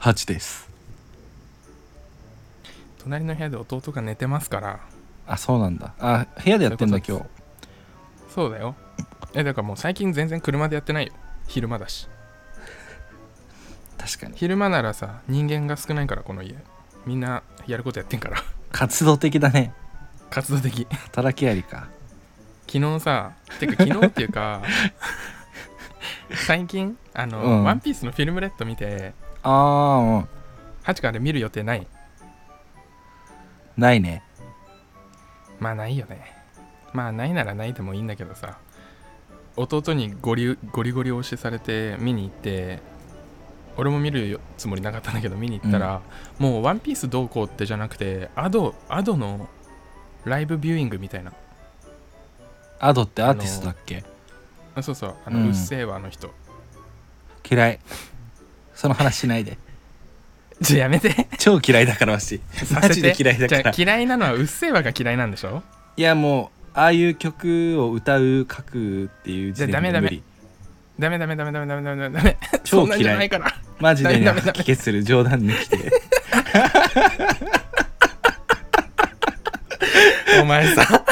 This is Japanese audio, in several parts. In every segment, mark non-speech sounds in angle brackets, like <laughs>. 8です隣の部屋で弟が寝てますからあそうなんだあ部屋でやってんだそうい今う日こそうだよえだからもう最近全然車でやってないよ昼間だし確かに昼間ならさ人間が少ないからこの家みんなやることやってんから <laughs> 活動的だね活動的働きありか昨日さてか昨日っていう <laughs> か最近あの、うんワンピースのフィルムレッド見てああうん8から見る予定ないないねまあないよねまあないならないでもいいんだけどさ弟にゴリゴリゴリ押しされて見に行って俺も見るよつもりなかったんだけど見に行ったら、もう「ワンピースどうこうってじゃなくてアドアドのライブビューイングみたいなアドってアーティストだっけあそうそうあの、ううんっせえわあの人嫌いその話しな <laughs> いでじゃやめて超嫌いだからわしさマせジでて嫌いだかじゃらあ嫌いなのは「うっせえわ」が嫌いなんでしょいやもうああいう曲を歌う書くっていうじゃ時点であダメダメ無理ダメダメダメダメダメダメダメダ <laughs> メそ超んなんじゃ嫌ないいからマジでねダメダメダメ吐き気する冗談抜き <laughs> でお前 <laughs> さ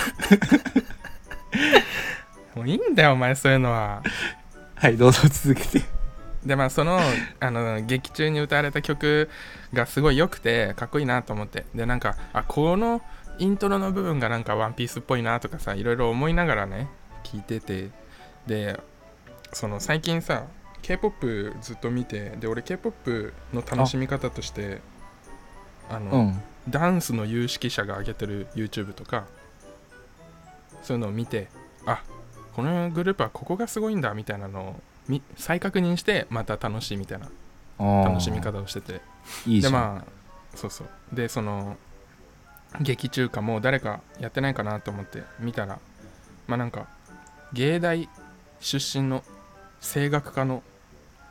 もういいんだよお前そういうのははいどうぞ続けてでまあそのあの劇中に歌われた曲がすごい良くてかっこいいなと思ってでなんかあこのイントロの部分がなんかワンピースっぽいなとかさいろいろ思いながらね聞いててでその最近さ k p o p ずっと見てで俺 k p o p の楽しみ方としてあの、うんダンスの有識者が上げてる YouTube とかそういうのを見てあこのグループはここがすごいんだみたいなのをみ再確認してまた楽しいみたいな楽しみ方をしてていいじでゃん、まあそうそうでその劇中歌も誰かやってないかなと思って見たらまあなんか芸大出身の声楽家の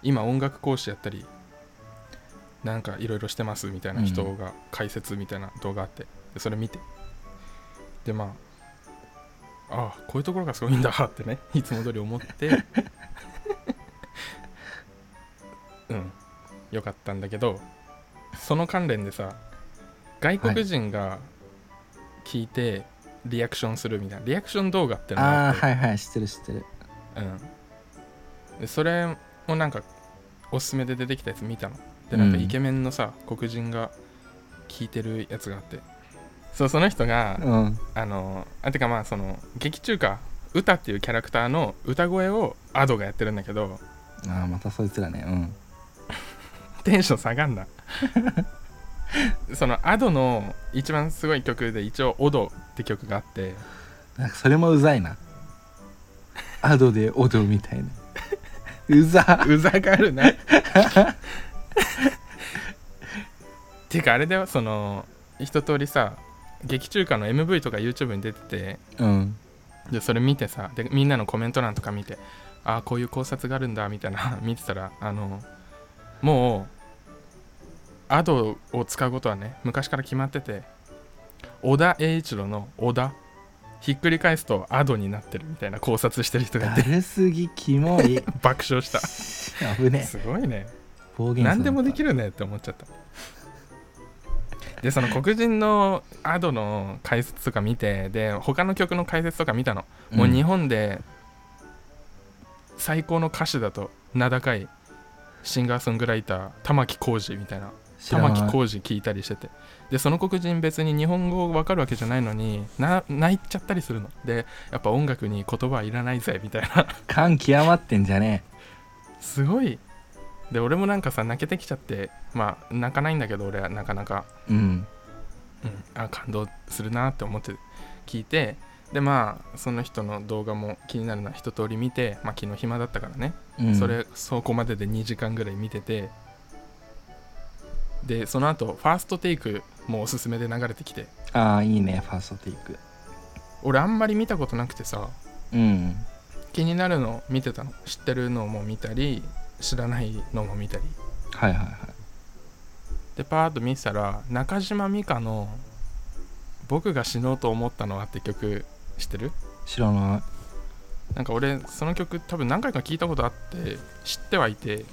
今音楽講師やったりなんかいろいろしてますみたいな人が解説みたいな動画あってでそれ見てでまあああこういうところがすごいんだってねいつも通り思ってうんよかったんだけどその関連でさ外国人が聞いてリアクションするみたいな、リアクション動画ってのがあああってはいはい知ってる知ってるうんで、それもなんかおすすめで出てきたやつ見たのでなんかうんイケメンのさ、黒人が聞いてるやつがあってそうその人が、うんあのあてかまあその劇中歌歌っていうキャラクターの歌声をアドがやってるんだけどああまたそいつらねうんテンション下がん <laughs> なそのアドの一番すごい曲で一応「オド」って曲があってなんかそれもうざいなアドでオドみたいなうざうざがるな <laughs> ていうかあれだよその一通りさ劇中歌の MV とか YouTube に出ててうんでそれ見てさでみんなのコメント欄とか見てああこういう考察があるんだみたいな <laughs> 見てたらあのもうアドを使うことはね昔から決まってて小田栄一郎の「小田」ひっくり返すとアドになってるみたいな考察してる人がだいてるすぎキモい爆笑 <laughs> した危ねすごいねえ暴言何でもできるるねって思っちゃったでその黒人のアドの解説とか見てで他の曲の解説とか見たの、もう日本で最高の歌手だと名高いシンガーソングライター玉置浩二みたいな玉置浩二聞いたりしててでその黒人別に日本語分かるわけじゃないのにな泣いちゃったりするのでやっぱ音楽に言葉はいらないぜみたいな <laughs> 感極まってんじゃねすごいで俺もなんかさ泣けてきちゃってまあ泣かないんだけど俺はなかなか、えうんうん、あ感動するなって思って聞いてでまあその人の動画も気になるな一通り見てまあ昨日暇だったからねうんそれそこまでで2時間ぐらい見ててでその後ファーストテイクもおすすめで流れてきてああいいねファーストテイク俺あんまり見たことなくてさうん気になるの見てたの知ってるのも見たり知らないのも見たりはいはいはいでパーッと見てたら中島美嘉の「僕が死のうと思ったのは」って曲知ってる知らないなんか俺その曲多分何回か聞いたことあって知ってはいて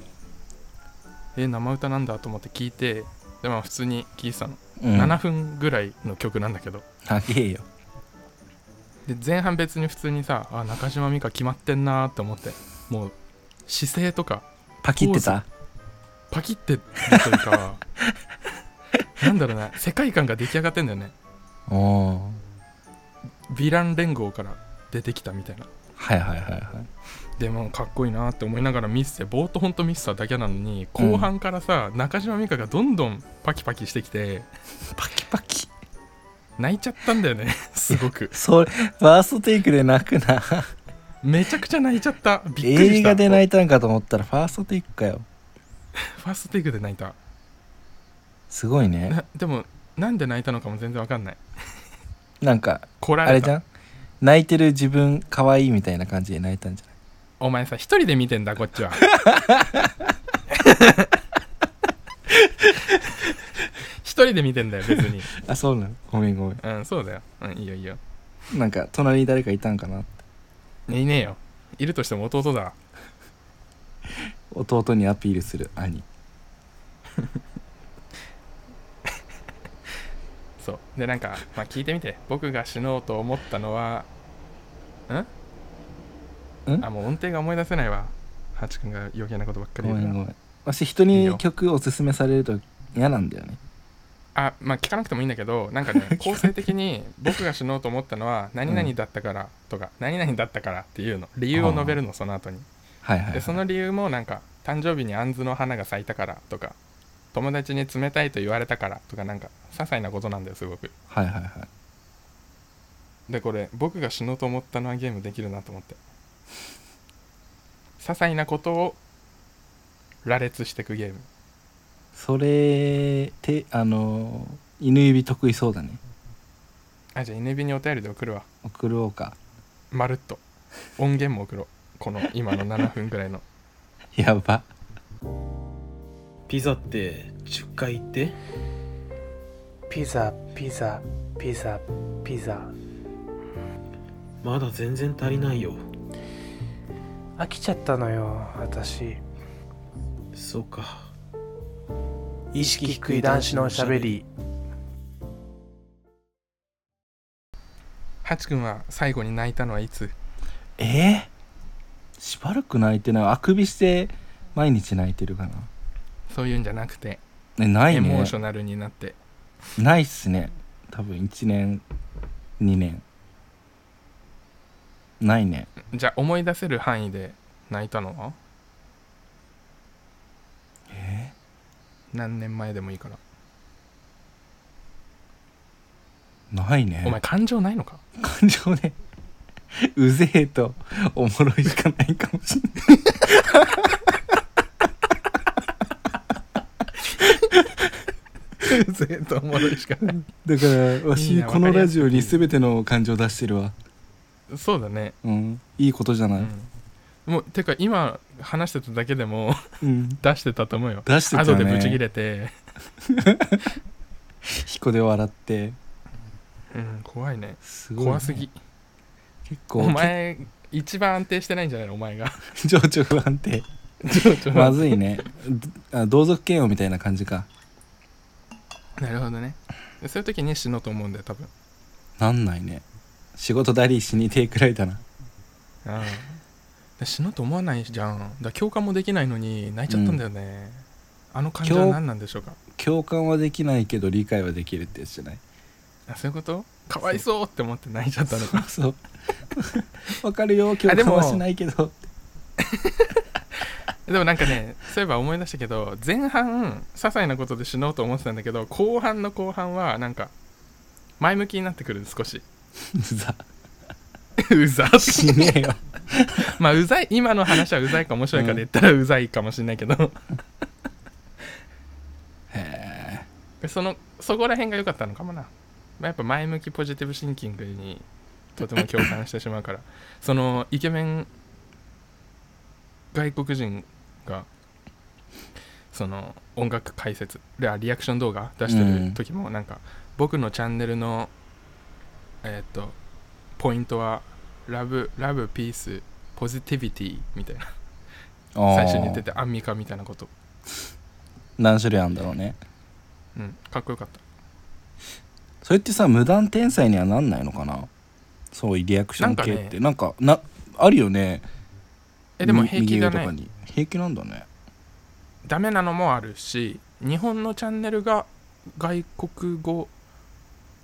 え生歌なんだと思って聞いてでまあ普通に聴いてたの、うん7分ぐらいの曲なんだけど長えよで前半別に普通にさあ中島美嘉決まってんなーって思ってもう姿勢とかパキってたパキってるという <laughs> かなんだろうね世界観が出来上がってんだよねおおヴィラン連合から出てきたみたいなはいはいはいはいでもかっこいいなって思いながら見せて冒頭ほんと見せただけなのにうん後半からさ、中島美嘉がどんどんパキパキしてきてパキパキ泣いちゃったんだよねすご <laughs> くそれバーストテイクで泣くなめちゃくちゃ泣いちゃったびっくりした映画で泣いたんかと思ったらファーストテイクかよファーストテイクで泣いたすごいねなでもなんで泣いたのかも全然わかんないなんかこられあたれじゃん泣いてる自分可愛いみたいな感じで泣いたんじゃないお前さ一人で見てんだこっ <laughs> ちは一人で見てんだよ別にあそうなのごめんごめんうんそうだよ、うん、いいよいいよなんか隣に誰かいたんかないねえよいるとしても弟だ弟にアピールする兄そうでなんか、まあ、聞いてみて僕が死のうと思ったのはんんあもう音程が思い出せないわハチ君が余計なことばっかりご言うめんからごめん私人いいによ曲おすすめされると嫌なんだよねあまあ聞かなくてもいいんだけどなんかね構成的に僕が死のうと思ったのは何々だったからとか、何々だったからっていうの理由を述べるのその後にはいはいでその理由もなんか誕生日に杏の花が咲いたからとか友達に冷たいと言われたからとかなんか些細なことなんだよすごくはいはいはいでこれ僕が死のうと思ったのはゲームできるなと思って些細なことを羅列してくゲームそれてあの犬指得意そうだねあじゃあ NB にお便りで送るわ送ろうかまるっと音源も送ろうこの今の7分ぐらいのやばピザって10回言ってピザピザピザピザまだ全然足りないよ飽きちゃったのよ私そうか意識低い男子のおしゃべりハチ君は最後に泣いたのはいつえー、しばらく泣いてないあくびして毎日泣いてるかなそういうんじゃなくて、ねないエモねーショナルになってないっすね多分1年2年ないねじゃあ思い出せる範囲で泣いたのはえ何年前でもいいからないねお前感情ないの <laughs> か感情ねうぜえとおもろいしかないかもしれないずっとおもろいしかないだからわいいしなこのラジオに全ての感情出してるわそうだね、うんいいことじゃない、うん、もうてか今話してただけでも <laughs> うん、出してたと思うよ出してたね後でブチ切れて、引こで笑ってうん、怖いねすごいね、怖すぎ結構お前一番安定してないんじゃないのお前が結 <laughs> 情緒不安定 <laughs> まずいねどあ同族嫌悪みたいな感じか <laughs> なるほどねでそういう時に死のうと思うんだよ多分なんないね仕事だりしにてえくらいだなうんで死のうと思わないじゃんだから共感もできないのに泣いちゃったんだよね、あの感情は共何なんでしょうか共感はできないけど理解はできるってやつじゃないあそういうことかわいそうって思って泣いちゃったのか <laughs> そうわかるよ共で感もはしないけどでもなんかねそういえば思い出したけど前半些細なことで死のうと思ってたんだけど後半の後半はなんか前向きになってくる少しうざ <laughs> うざっしねえよ <laughs> まあうざい今の話はうざいか面白いかで言ったらうざいかもしれないけどへそのそこら辺が良かったのかもな、まあ、やっぱ前向きポジティブシンキングにとても共感してしまうからそのイケメン外国人がその音楽解説であリアクション動画出してる時もなんか、僕のチャンネルのえーっとポイントはラブラブピースポジティビティみたいなえ最初に言っててアンミカみたいなこと何種類あるんだろうねうんかっこよかったそれってさ無断転載にはなんないのかなそういうリアクション系ってなんか,、なあるよねえでもみ平気だ右上とかねに平気なんだねダメなのもあるし日本のチャンネルが外国語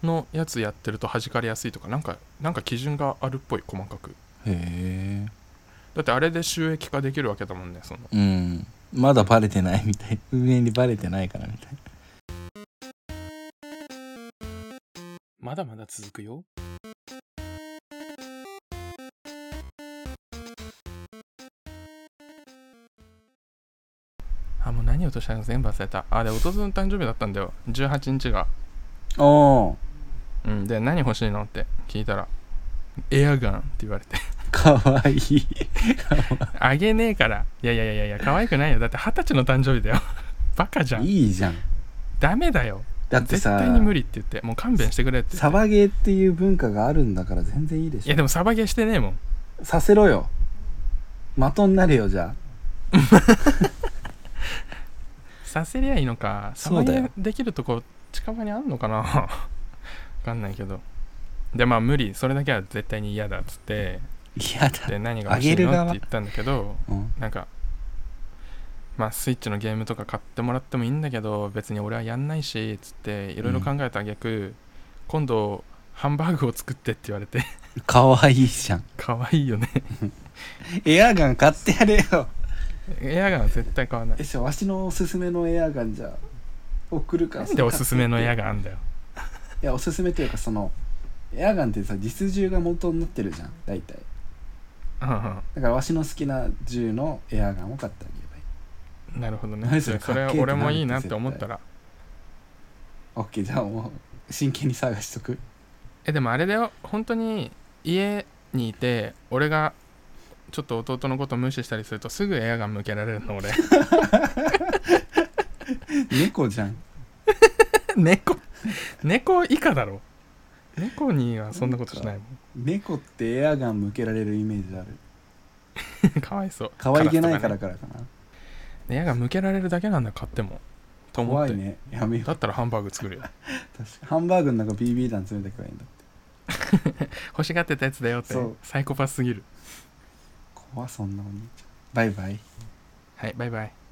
のやつやってると弾かれやすいとかなんかなんか基準があるっぽい細かくへだってあれで収益化できるわけだもんねそのえうんまだバレてないみたい <laughs> 運営にバレてないからみたいまだまだ続くよあもう何を落としたのか全部忘れたあで弟の誕生日だったんだよ18日がなおうん、で何欲しいのって聞いたらエアガンって言われてかわいいあげねえからいやいやいやいや可愛くないよだって二十歳の誕生日だよ <laughs> バカじゃんいいじゃんダメだよだって絶さ対に無理って言ってもう勘弁してくれって言ってサバゲーっていう文化があるんだから全然いいでいしやょでもサバゲーしてねえもんさせろよ的になれよじゃさせりゃいいのかサそバうゲだよーできるとこ近場にあんのかな <laughs> わかんないけどでまあ無理それだけは絶対に嫌だっつって嫌だで何が欲しいあげるの側って言ったんだけどうんなんかまあスイッチのゲームとか買ってもらってもいいんだけど別に俺はやんないしつっていろいろ考えた逆、今度ハンバーグを作ってって言われて <laughs> かわいいじゃん可愛いよねエアガン買ってやれよエアガンは絶対買わないえしょわしのおすすめのエアガンじゃ送るからなんでおすすめのエアガンあんだよいやおすすめというかそのエアガンってさ実銃が元になってるじゃん大体うんだからわしの好きな銃のエアガンを買ってあげればいいうんなるほどね何それそれかっけえって俺もいいなって思ったらオッケーじゃあもう真剣に探しとくえでもあれだよ本当に家にいて俺がちょっと弟のこと無視したりするとすぐエアガン向けられるの俺猫じゃん <laughs> 猫猫以下だろ猫にはそんなことしないもん猫ってエアガン向けられるイメージあるかわいそう可愛げないからカラスとからかなね矢が向けられるだけなんだ買ってもと思っ怖て、いねやめようだったらハンバーグ作るよ確かにハンバーグの中 BB 弾詰めてくればいいんだって欲しがってたやつだよってそうサイコパスすぎる怖そんなお兄ちゃんバイバイはいバイバイ